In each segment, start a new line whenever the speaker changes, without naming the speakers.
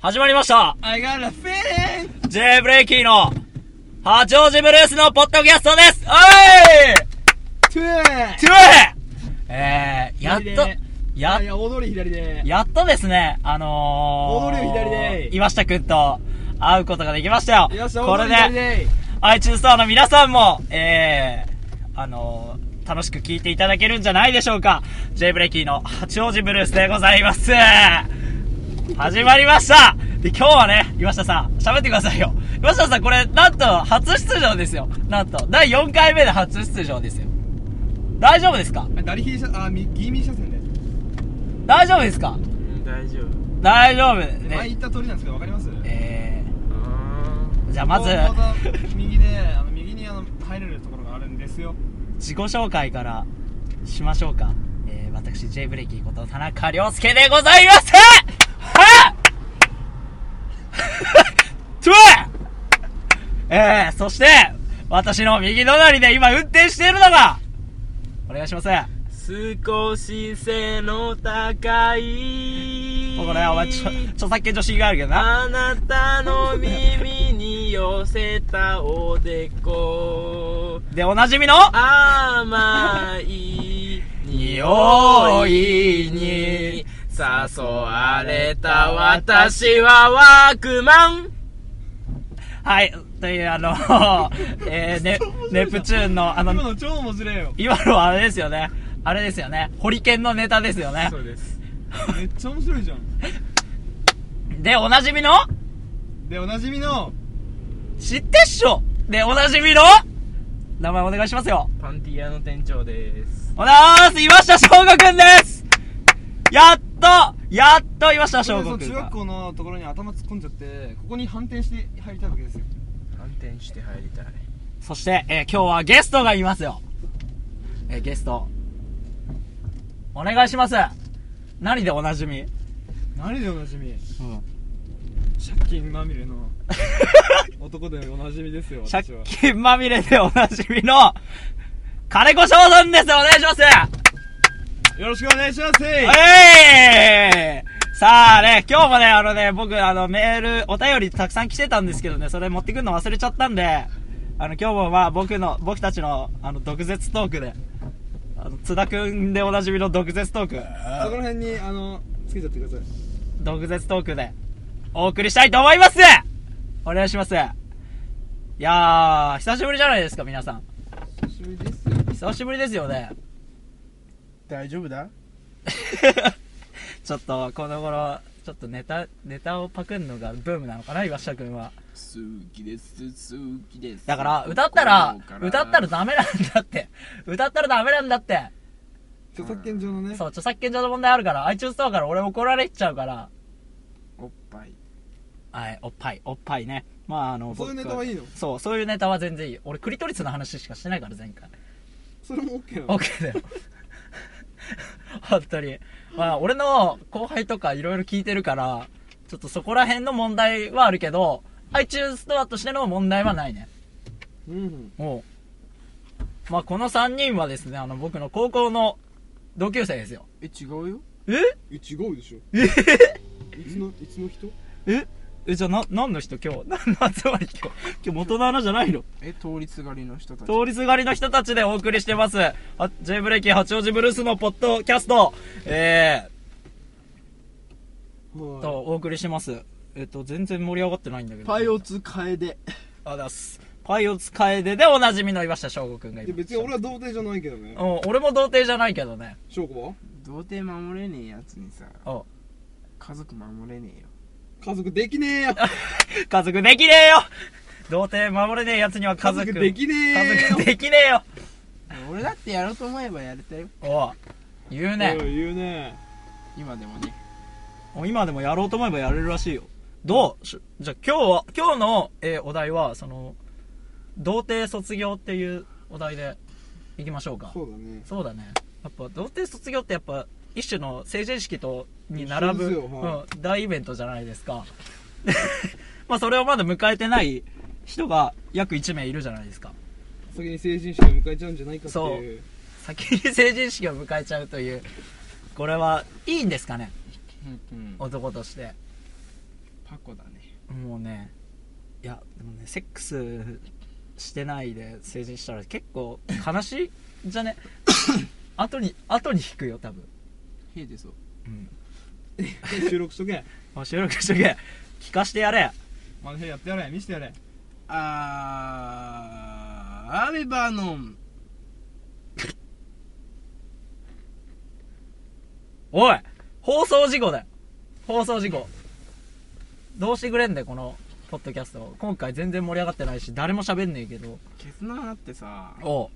始まりました
I got a feeling!
!J ブレイキーの八王子ブルースのポッドキャストですおい
トゥー
トゥエえー、やっ
左で
と、や
あい、や、踊り左で。
やっとですね、あのー、
踊るよ左で
岩下くんと会うことができましたよ。
いらっしゃい、
これ
踊り左
で、
で。
iTunes ストアの皆さんも、えー、あのー、楽しく聞いていただけるんじゃないでしょうか。J ブレイキーの八王子ブルースでございます。始まりましたで、今日はね、岩下さん、喋ってくださいよ。岩下さん、これ、なんと、初出場ですよ。なんと、第4回目で初出場ですよ。大丈夫ですか
あダリヒーシャ、あ、みギーミー車線で。
大丈夫ですか
大丈夫
大丈夫
前
ね。
行った通りなんですけど、わかります
え
あ
ー、じゃあまず
こ、うまた右で、あの、右にあの、入れるところがあるんですよ。
自己紹介からしましょうか。えー、私、J ブレーキこと田中良介でございますはっとわえー、そして、私の右隣で今運転しているのが、お願いします。
ー少し背の高い
ここね、お前、ちょ、著作権助詞があるけどな。
あなたの耳に寄せたおでこ
で、おなじみの、
甘い匂いに誘われた私はワークマン
はい、というあの、 えー、ね
そう面白いじ
ネ
ゃん
プチューンの、あ
今
の、
の超面白いよ。
今のはあれですよね。あれですよね。ホリケンのネタですよね。
うです
めっちゃ面白いじゃん。
で、おなじみの
で、おなじみの、
知ってっしょで、おなじみの名前お願いしますよ。
パンティアの店長です
おなーす岩下翔吾くんですやっとやっと岩下
こ
翔
れ
吾
その
く
中
んが
学。校のところに頭突っ込んじゃって、ここに反転して入りたいわけですよ。
反転して入りたい
そして、えー今日はゲストがいますよ。えーゲスト。お願いします。何でおなじみうん。
何でおなじみ借金まみれ の男でおなじみですよ、
借
私は。
金まみれでおなじみの、金子翔さんですお願いします
よろしくお願いします
えいさあね、今日もね、あのね、僕、あの、メール、お便りたくさん来てたんですけどね、それ持ってくるの忘れちゃったんで、あの、今日もまあ、僕の、僕たちの、あの、毒舌トークで、あの、津田くんでおなじみの毒舌トーク、
そこら辺に、あの、つけちゃってください。
毒舌トークで、お送りしたいと思いますお願いしますいやー、久しぶりじゃないですか、皆さん。
久しぶりですよ。
久しぶりですよね。
大丈夫だ
ちょっと、この頃、ちょっとネタ、ネタをパクんのがブームなのかな、岩下くんは。
好きです好きです
だから、歌ったら、歌ったら
だ
ダメなんだって。歌ったらダメなんだって。
著作権上のね。
そう、著作権上の問題あるから、iTunes ストアから俺怒られちゃうから。
おっぱい
はい、おっぱい、おっぱいね。まあ、あの、
そういう
僕
ネタはいいの
そう、そういうネタは全然いい。俺、クリトリスの話しかしてないから、前回。
それも OK なの
OK だよ。本当に。まあ、俺の後輩とかいろいろ聞いてるから、ちょっとそこら辺の問題はあるけど、iTunes ストアとしての問題はないね。
うん。
もう。まあ、この3人はですね、あの、僕の高校の同級生ですよ。
え違うよ
え
え、違うでしょ。
え
いつの、いつの人
ええ、じゃあ、な、何の人今日 な、な、つまり今日、今日元の穴じゃないの
え通りすがりの人たち
通りすがりの人たちでお送りしてます。あ J ブレーキ八王子ブルースのポッドキャスト、えー、と、
は
お送りしてます。えっと、全然盛り上がってないんだけ
い。
ど。
オツ楓。
あだっす。パイオツカエデでおなじみの岩下翔吾くんがい
で、
ま
別に俺は童貞じゃないけどね。
うん、俺も童貞じゃないけどね。
翔子は
童貞守れねえやつにさ
うん。
家族守れねえよ
家族できねえよ。
家族できねえよ童貞守れねえやつには家
家
族
族できねえよ。
家族できねえよ
俺だってやろうと思えばやれたよ
おう言うね
おい言うね。
今でもね
お今でもやろうと思えばやれるらしいよどうしじゃあ今日は今日の、えーお題はその童貞卒業っていうお題でいきましょうか
そうだね。
そうだねやっぱ童貞卒業ってやっぱ一種の成人式とに並ぶ、
一緒ですよは
うん、大イベントじゃないですか まあそれをまだ迎えてない人が約1名いるじゃないですか
先に成人式を迎えちゃうんじゃないかっていう。
先に成人式を迎えちゃうというこれはいいんですかね
うん
男として
パコだね
もうねいやでもねセックスしてないで成人したら結構悲しいじゃ ね後に後に引くよ多分
へえでそう
うん
収録しとけ
もう収録しとけ聞かしてやれ
まだ部屋やってやれ見せてやれ
あーレバノン
おい放送事故だよ放送事故どうしてくれんだよこのポッドキャスト今回全然盛り上がってないし誰も喋んねえけど
ケツの穴ってさ
おう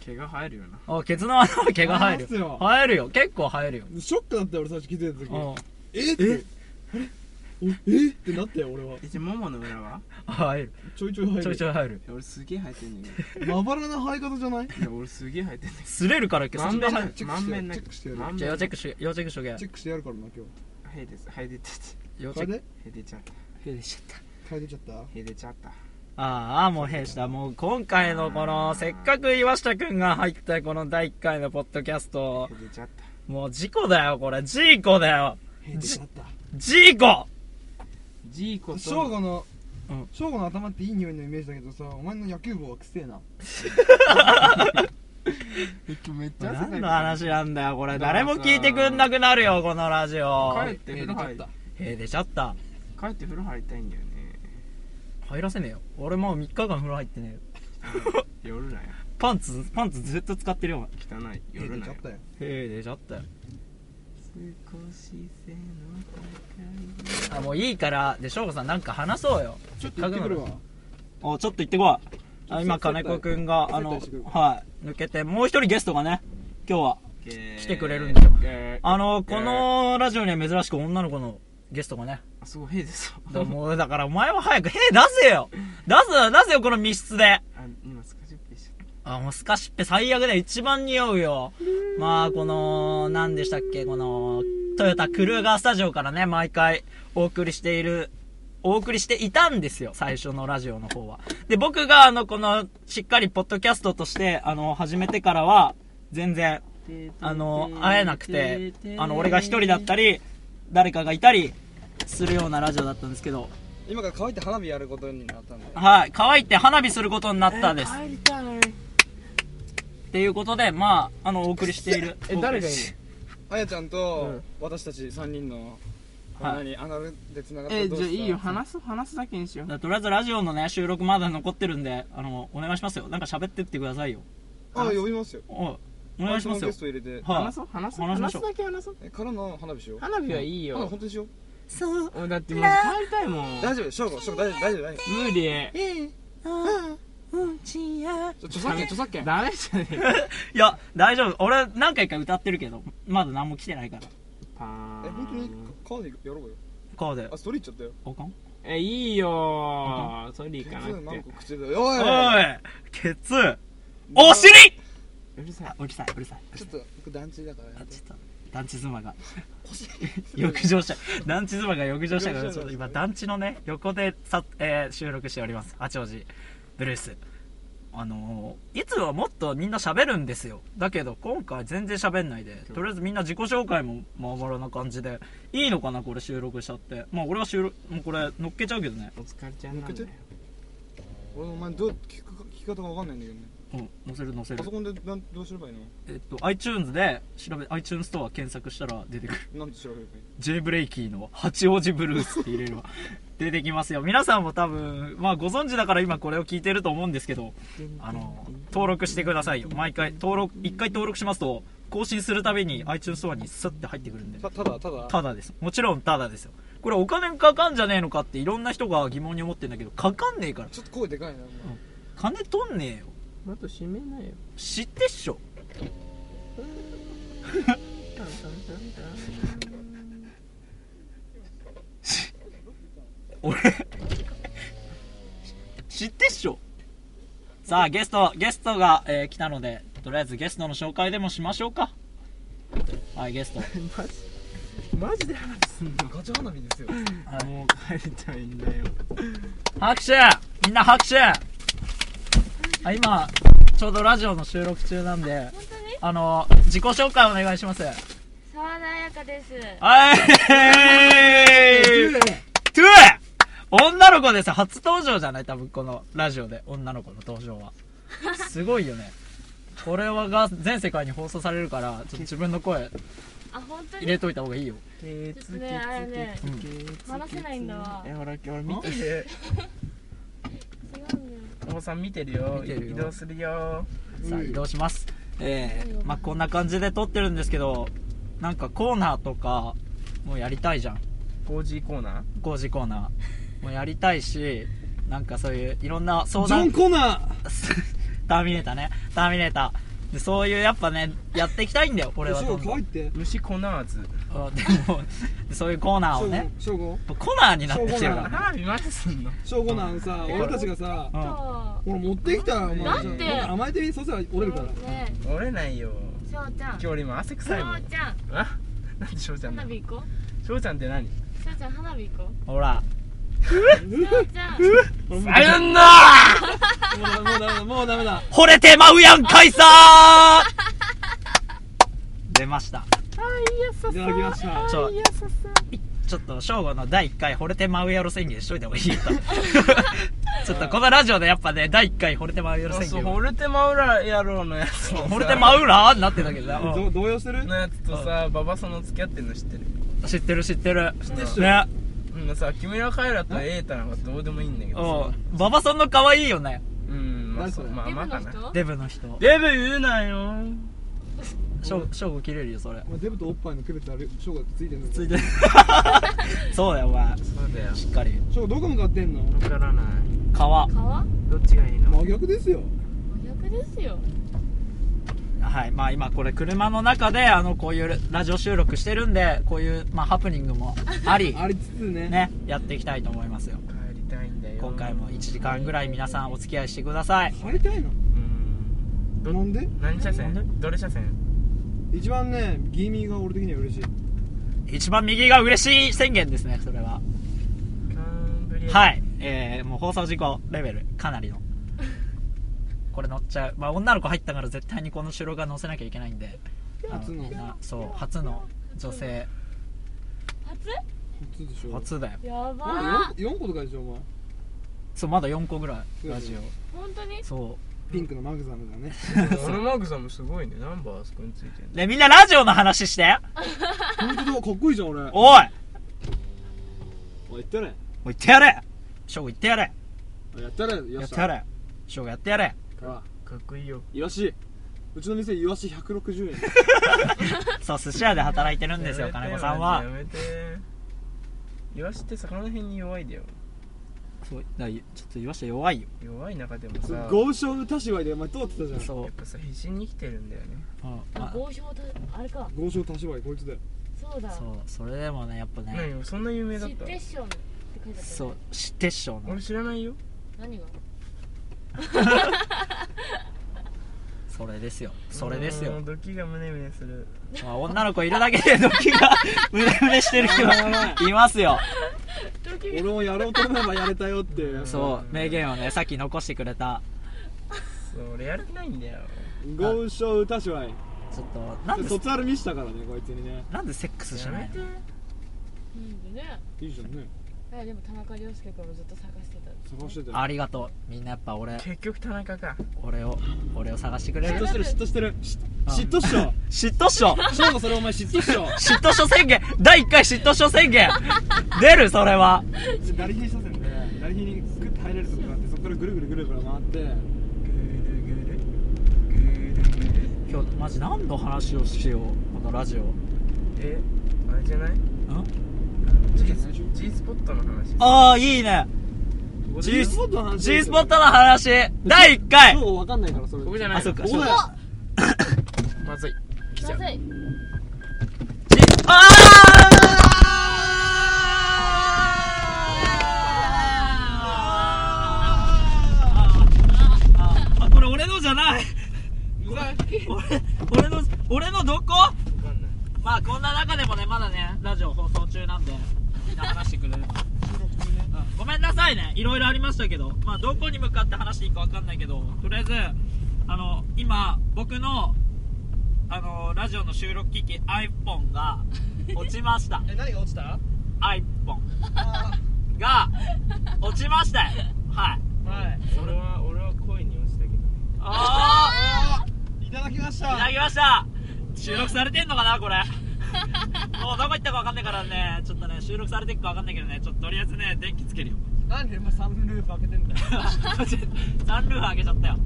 毛が生えるよな
おうケツの穴 は毛が生え
生えます
る
よ
生えるよ結構生えるよ
ショックだったよ俺最初聞いてた時
おう
えってえおえってなったよ俺は
えじゃあももの裏は
生える
ちょいちょい入る
ちょいちょい生える
いや俺すげえ生えてんねんけ
まばらな生え方じゃない
どいや俺すげえ生えてんねん
擦れるから毛
ま
先
ん
が
べん
生え
な
る
くまんべんな
チェッ
く
クしてやる
まん
じ
べ
ゃ
ん
あ要
な
チェッ
く
クし要チェックしとけ
チェックしてやるからな今
生えて生えてって
要
日
チェ
変
ッ
え
ク
て
へでちゃった
へでしちゃった
変えてちゃった
へでちゃった
ああもう兵士だもう今回のこのせっかく岩下くんが入ったこの第1回のポッドキャスト
へでちゃった
もう事故だよこれジーコだよ
変えてちゃった
ジーコ
ジーコと
翔吾の
うん
翔吾の頭っていい匂いのイメージだけどさお前の野球帽はくせ えな
めっちゃ汗かいて
何
る
の話なんだよこれ誰も聞いてくんなくなるよこのラジオ
帰って風呂入り
入
へでちゃった
帰って風呂入りたいんだよね
入らせねえよ俺もう3日間風呂入ってねえよ
夜だよ
パンツパンツずっと使ってるよ
汚い
れ
夜
ち
だ
ゃ
よ
ったよ
お前へでちゃったよ
少し背の
あもういいからで翔吾さんなんか話そうよ
ちょっと行ってくるわ
おちょっと行ってこいあ今
ちょっ
金
と接待
子くんがあの
接待してくる
はい抜けてもう一人ゲストがね今日は
高い
来てくれるんですよ
えー
あのこのラジオには珍しく女の子のゲストがね
あすごいへいです
だから もうだからお前は早く「へえ出せよ出すな出せよこの密室で
あ今スカジュッピーしちゃっ
あもうスカシッペ最悪だよ一番似合うよまあこの何でしたっけこのトヨタクルーガースタジオからね毎回お送りしているお送りしていたんですよ最初のラジオの方はで僕があのこのしっかりポッドキャストとしてあの始めてからは全然
た
あの会えなくてあの俺が一人だったり誰かがいたりするようなラジオだったんですけど
今から乾いて花火やることになったんだよ
はい乾いて花火することになったんです
帰りたい
っていうことでまああのお送りしている
え誰がいい
あやちゃんと
ん
私たち3人の
はい
何アナルでつながった
え
らど
じ
う
ゃあ
した
いいよ話す話すだけにしよう
だとりあえずラジオのね収録まだ残ってるんであのお願いしますよなんか喋ってってくださいよ
あ呼びますよ
おいお願いします
あいつもゲ
よ
スト入れて
はい
話そう話そう
話しま
話
しょう
すだけ話そう
えからの花火しよう
花火はいい
花
よ
火本当にしよう
そう
俺だってもう帰りたいもん
大丈夫翔吾翔吾大丈夫大丈夫大丈
無理
うんちや
夫ちょ著作権著作権
ダメじゃねえか
いや大丈夫俺何回か歌ってるけどまだ何も来てないから
パ
え本当
ー
に
ン
カーディやろうよ
こうで
あストリート行っちゃったよ
おかん
えいいよそれいいかな
手
っ
数
て
何個口でおい
おいケツお尻
うるさいう
るさいうるさい
ちょっと僕団地だからや
あ
めて
ちょっと団地妻が 浴場した団地妻が浴場したから
浴場した
ちょっと今団地のね横でさ、えー収録しております八王子ブルースあのーいつもはもっとみんな喋るんですよだけど今回全然喋んないでとりあえずみんな自己紹介もまばらな感じでいいのかなこれ収録しちゃってまあ俺は収録もうこれ乗っけちゃうけどね
お疲れちゃんなんだよ
俺お前どう聞くか聞き方がわかんないんだけどね
うん載せる載せ
パソ
る
コンでなんどうすればいいの
えっと iTunes で調べ iTunes ストア検索したら出てくる
なんて調べればいい
J ブレイキーの八王子ブルースって入れるわ出てきますよ皆さんも多分まあご存知だから今これを聞いてると思うんですけどあの登録してくださいよ毎回登録1回登録しますと更新するたびに iTunes ストアにスッて入ってくるんで
のたただただ
ただですもちろんただですよこれお金かかんじゃねえのかっていろんな人が疑問に思ってんだけどかかんねえから
ちょっと声でかいなお前
金取んねえよ
あと閉めないよ
知ってっしょ 俺知ってっしょさあゲストゲストが、えー来たのでとりあえずゲストの紹介でもしましょうかはいゲスト
マジマジで話すんの
ガチ花火ですよ
もう帰りたいんだよ
拍手みんな拍手あ今ちょうどラジオの収録中なんで
本当に
あの自己紹介お願いします
沢田彩香です
はいトゥーの子ですよ初登場じゃない多分このラジオで女の子の登場はすごいよねこれはが全世界に放送されるからちょっと自分の声
あ本当
入
に
れといた方がいいよ
ちょっとねあれね
うん
話せないんだわ違
えほら俺見てる
うんだよ
おさん見てるよ
見てるよ
移動するよ
さあ移動しますえー、まあこんな感じで撮ってるんですけどなんかコーナーとかもうやりたいじゃん
5G コーナー
工事コーナーもやりたいしなんかそういういろんな相
ジョ
談
ン・コナー
ターミネーターねターミネーターでそういうやっぱねやっていきたいんだよ俺は
ショ
どん
ーゴ
どん
怖いって
虫コナーズ
あでもでそういうコーナーをね
ショーゴ
コーナーになってきてるからね
花火まですんの
ショーゴなんさ俺たちがさ
うん
そ
俺持ってきたよお前
だって
じゃあ甘えてみそうしたら折れるから
うね
折れないよ
えしょうちゃん
今日俺今汗臭いもん
しょうちゃん
あなんで翔ちゃんな
花
の
火行こ
翔ちゃんって何
うしょうちゃん花火行こ
ほら
うしょうちゃん
俺もう
さよんなら
もうダメだもうダメだ
惚れてまうやんかいさー出ました
いただきました
ちょちょっと省吾の第1回惚れてまうやろ宣言しといた方がいいよ ちょっとこのラジオでやっぱね第1回惚れてまうやろ宣
そう
言
ホ
を
ルテマウラ野郎のやつとさ
惚れてまうらーになってたけどな
ど動揺してる
のやつとさ馬場さんの付き合ってんの知ってる
うん知ってる知ってる知
ってる
ね
うんさ木村カエラと瑛太なんかどうでもいいんだけ
う
どさ
ん馬場さんの可愛いよね
うんまあ
何そ
そ
れ
うまあ
デ
ま
ブ
あ
の
か
人
な
デブの人
デブ言うなよ
省省吾切れるよそれ
お前デブとおっぱいの区別あるショーゴついてんの
ついて そうだよお前
そうだよ
しっかり
ショーゴどこ向かってんの
わからない
川
川
どっちがいいの
真逆ですよ
真逆ですよ
はいまあ今これ車の中であのこういうラジオ収録してるんでこういう、まあ、ハプニングもあり
ありつつね
ねやっていきたいと思いますよ
帰りたいんだよ
今回も1時間ぐらい皆さんお付き合いしてください
帰りたいの
うんど
なんで
何車
な
線どれ車線
一番ねギミが俺的には嬉しい
一番右が嬉しい宣言ですねそれは
カンブリア
はいえー、もう放送事故レベルかなりのこれ乗っちゃうまあ女の子入ったから絶対にこの収録は乗せなきゃいけないんであ
初の
なそう初の女性
初
初でしょ
初だよ
やば
なんで 4, 個とかでしょお前
そうまだ4個ぐらいラジオ
本当に
そ
ピンクのマグザムが ね
あのマークさんもすごいねナンバーあそこについてる
うでみんなラジオの話して
本当だかっこいいじゃん俺お
おいもう
いやったれ
言ってやれ翔吾言ってやれ
やったれよ
や
っ
っ
してゃ
やれ翔吾やってやれ
あ
かっこいいよ
イワシうちの店イワシ160円
そう寿司屋で働いてるんですよ
やめ
金
て
子さんは
やめてイワシって魚の辺に弱いんだよ
そうだちょっと言わして弱いよ
弱い中でも
そ
さ
う
や
豪商歌芝居でお前通ってたじゃん
そ
っぱさ必死に生きてるんだよね
う、うん
あ
まあ、
合表だあれか
豪商歌芝居こいつだよ
そうだ
そうそれでもねやっぱね
何そんな有名だっ
知ったてっしょって書いてあったよね
そう知ってっしょうの
俺知らないよ
何が
それですよそれです
う
よ
ん、ドキがムネムネする
まあ、女の子いるだけでドキがムネムネしてる人がいますよ
ドキ
俺もやろうと思えばやれたよっていう
そう名言をねさっき残してくれた
そう俺やる気ないんだよ
豪商歌芝居
ちょっとなんで
卒アル見したからねこいつにね
なんでセックスし
や
な
め
い
て
の
うんでね
いいじゃんね
いやでも田中涼介君もずっと探してた
探してたよ
ありがとうみんなやっぱ俺
結局田中か
俺を俺を探してくれ
嫉
る
妬してる嫉妬してる嫉嫉妬っしょ
嫉妬っしょ
翔吾それお前嫉妬っしょ
嫉妬症宣言第1回嫉妬症宣言出るそれは
ダリヒ車線でダリヒにグッて入れるとこがあってそこからぐるぐるぐるぐる回って
ぐるぐるぐるぐる
今日マジ何の話をしようこのラジオ
えあれじゃない
ん
G, G スポットの話
ああいいね G
スポットの話
G スポットの話第1回
翔吾わかんないからそれ
ここじゃない
あそっか
こ
そ
こ
う
だ
だ
よ
まずい来ちゃう
まずい
G あーああこれ俺のじゃないう
ざい
俺俺の俺のどこ
わかんない
まあこんな中でもねまだねラジオ放送中なんでみんな話してくれるのうんごめんなさいねいろいろありましたけどまあどこに向かって話していいかわかんないけどとりあえずあの今僕のあのラジオの収録機器 iPhone が落ちました
え何が落ちた
iPhone が落ちしましたよはい
はい
俺は俺は恋に落ちたけど
あ
いただきまし
あいただ
た
きました収録されてんのかなこれもうどこ行ったか分かんないからねちょっとね収録されてっか分かんないけどねちょっととりあえずね電気つけるよ
なんで今サンルーフ開けてんだよ
サンルーフ上げちゃったよ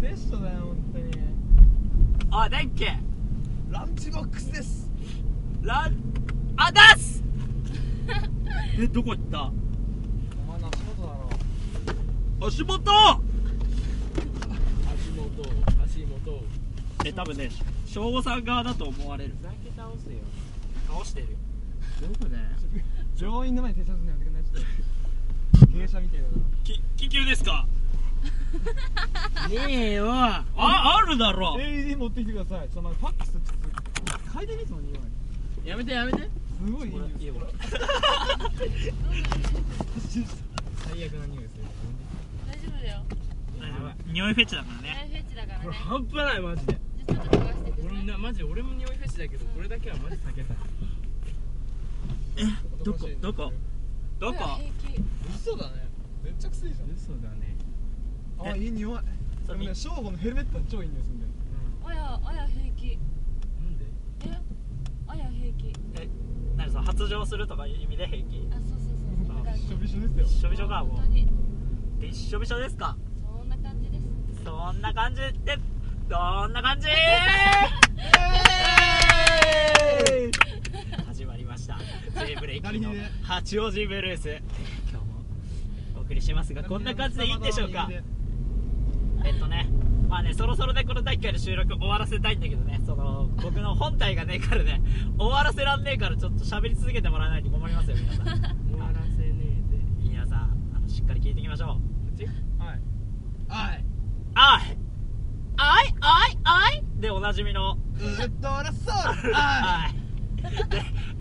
ベストだよ本当に
おい電気
ランチボックスです
ランあ出す えどこ行った
お前の足元だろ
足元
足元足元を
え多分ね省吾さん側だと思われる
ふざけ倒せよ
倒してるよ
どこだよ
上院の前に停車するのやめてくんないちょっと芸者みたいだな
き気球です か
ねえよあ
ああるだろ
LED 持ってきてくださいちょっと待ってファックスちょっと嗅いでみその匂い
やめてやめて
すごいいい匂い
いいよこれ最悪な匂いする
大丈夫だよ。
大丈夫匂いフェチだからね
大フェチだから
これ
ね。
半端ないマジで
じゃあちょっと飛ばしてく
俺
ださい。
なマジ俺も匂いフェチだけどこれだけはマジ避けたい
どこどこどこ
平気
嘘だねめっちゃくせえじ
嘘だね
ゃんあいい匂い
そ
そ
れ
れねショーゴのヘルメットは超いい匂いするんだよ
あや、あや平気。
なんで
えあや平気。
何その発情するとかいう意味で平気
あ、そうそうそう。だから
びしょびしょですよ
びっしょびしょかも
本当に。
うびっしょびしょですか
そんな感じです。
そんな感じでどんな感じ始まりました J ブレイキの八王子ブルース今日もお送りしますがこんな感じでいいんでしょうかえっとねまあねそろそろねこの第1回の収録終わらせたいんだけどねその僕の本体がねえからね終わらせらんねえからちょっと喋り続けてもらわないと困りますよ皆さん
終わらせね
皆さんあのしっかり聞いていきましょう
えで
はいはい
あいあいあいあいでおなじみの
ウルトラソウルは
はい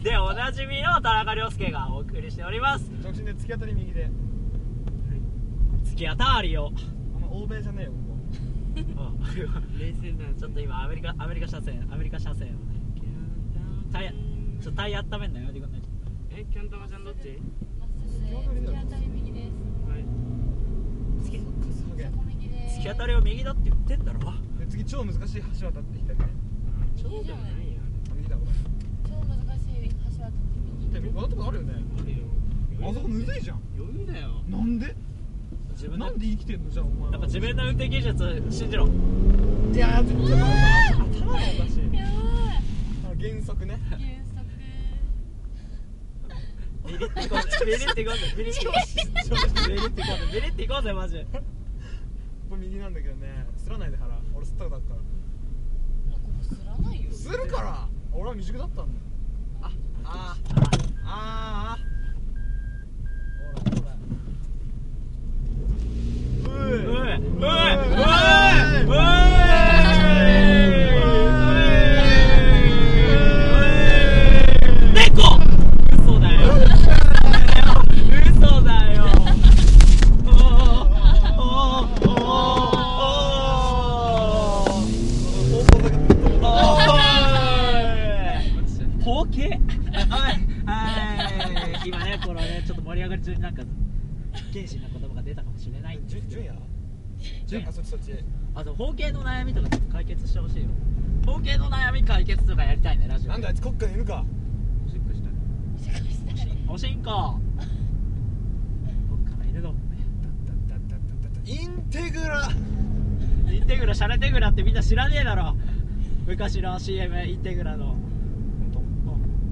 ででおなじみの田中亮介がお送りしております
い直進で突き当たり右で
突き当たりを
あんま欧米じゃねえよ
う
こ
ん
冷静だ
ちょっと今アメリカアメリカ車線アメリカ車線をねタイヤちょっとタイヤ温めんのよやめてくんない
えキャンタマちゃんどっち
まっすぐで突き当たり右です。
はい
こ
そこ右です。
突き当たりを右だって言ってんだろ
で次超難しい橋渡ってきたね
超じゃないよ
あ右だこれ
超難しい橋渡って右。
でこんなとこあるよね
あれあるよ
あそこむずいじゃん
余裕だよ
なんで
自分の
な
や
んで生きてんのじゃあお前は
っぱ自分の運転技術信じろ
いやーちょっと頭がおかしい
やばい。
あ原則ね
原則。
ビリってこうぜビリってこうぜビリってこうぜビリってこうぜビリってこうぜマジ
これ右なんだけどねすらないで腹俺すったことあるから
ここすらないよ。
するから俺は未熟だったんだよああああほらほらう
ういう
いう
いういういう
うい
猫嘘だよ嘘だよおーおーおー包茎はい今ねこのねちょっと盛り上がり中になんか不謹慎な言葉が出たかもしれない
じゅじゅんやじゅんかそっちそっち
あと包茎の悩みとかちょっと解決してほしいよ包茎の悩み解決とかやりたいねラジオ
なんだあいつ国家にいるか
おしっこした
おしんこ僕からいるの
インテグラ
インテグラシャレテグラってみんな知らねえだろ昔の CM インテグラの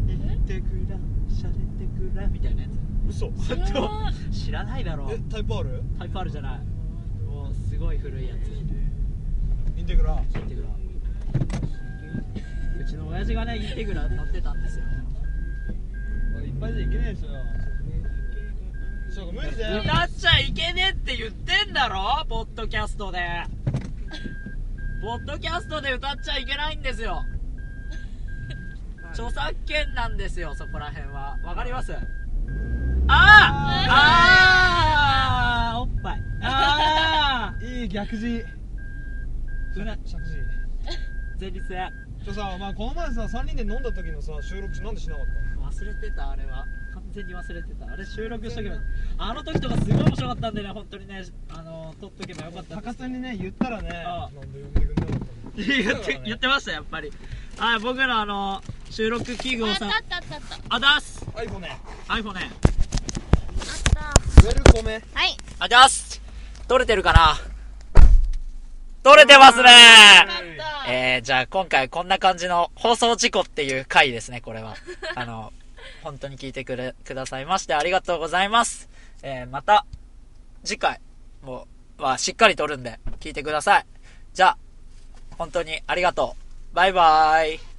インテグラシャレテグラみたいなや
嘘
つ
知らな
知らないだろ
えタイプある
タイプあるじゃないもうすごい古いやつ
インテグラ
インテグラうちの親父がねインテグラ乗ってたんですよ
いっぱいじゃいけねえでしょしょうが無理だよ
歌っちゃいけねえって言ってんだろポッドキャストでポッドキャストで歌っちゃいけないんですよ著作権なんですよそこら辺はわかりますあああーおっぱいああ
いい逆字
うな
釈字
前立腺
ちょさまあこの前さ3人で飲んだ時のさ収録中なんでしなかっ
忘れてたあれは完
全に忘れてたあれ収録しとけばあの時とかすごい面白かったんでね本当にねあの撮っとけばよかったんで
高
すけ
さにね言ったらね
あ
なんで呼んでくんなかったの
ど言って 言ってましたやっぱりはい僕らあの収録器具を
あった
さ
あったあったあったあっ
あだす
アイコね
iPhone ね
ウェルコメ
たはい
あざっす取れてるかな取れてますね
よかった
えー、じゃあ今回こんな感じの放送事故っていう回ですね、これは。あ の、本当に聞いてくれ、くださいましてありがとうございます。えー、また、次回も、はしっかり撮るんで、聞いてください。じゃあ、本当にありがとう。バイバーイ。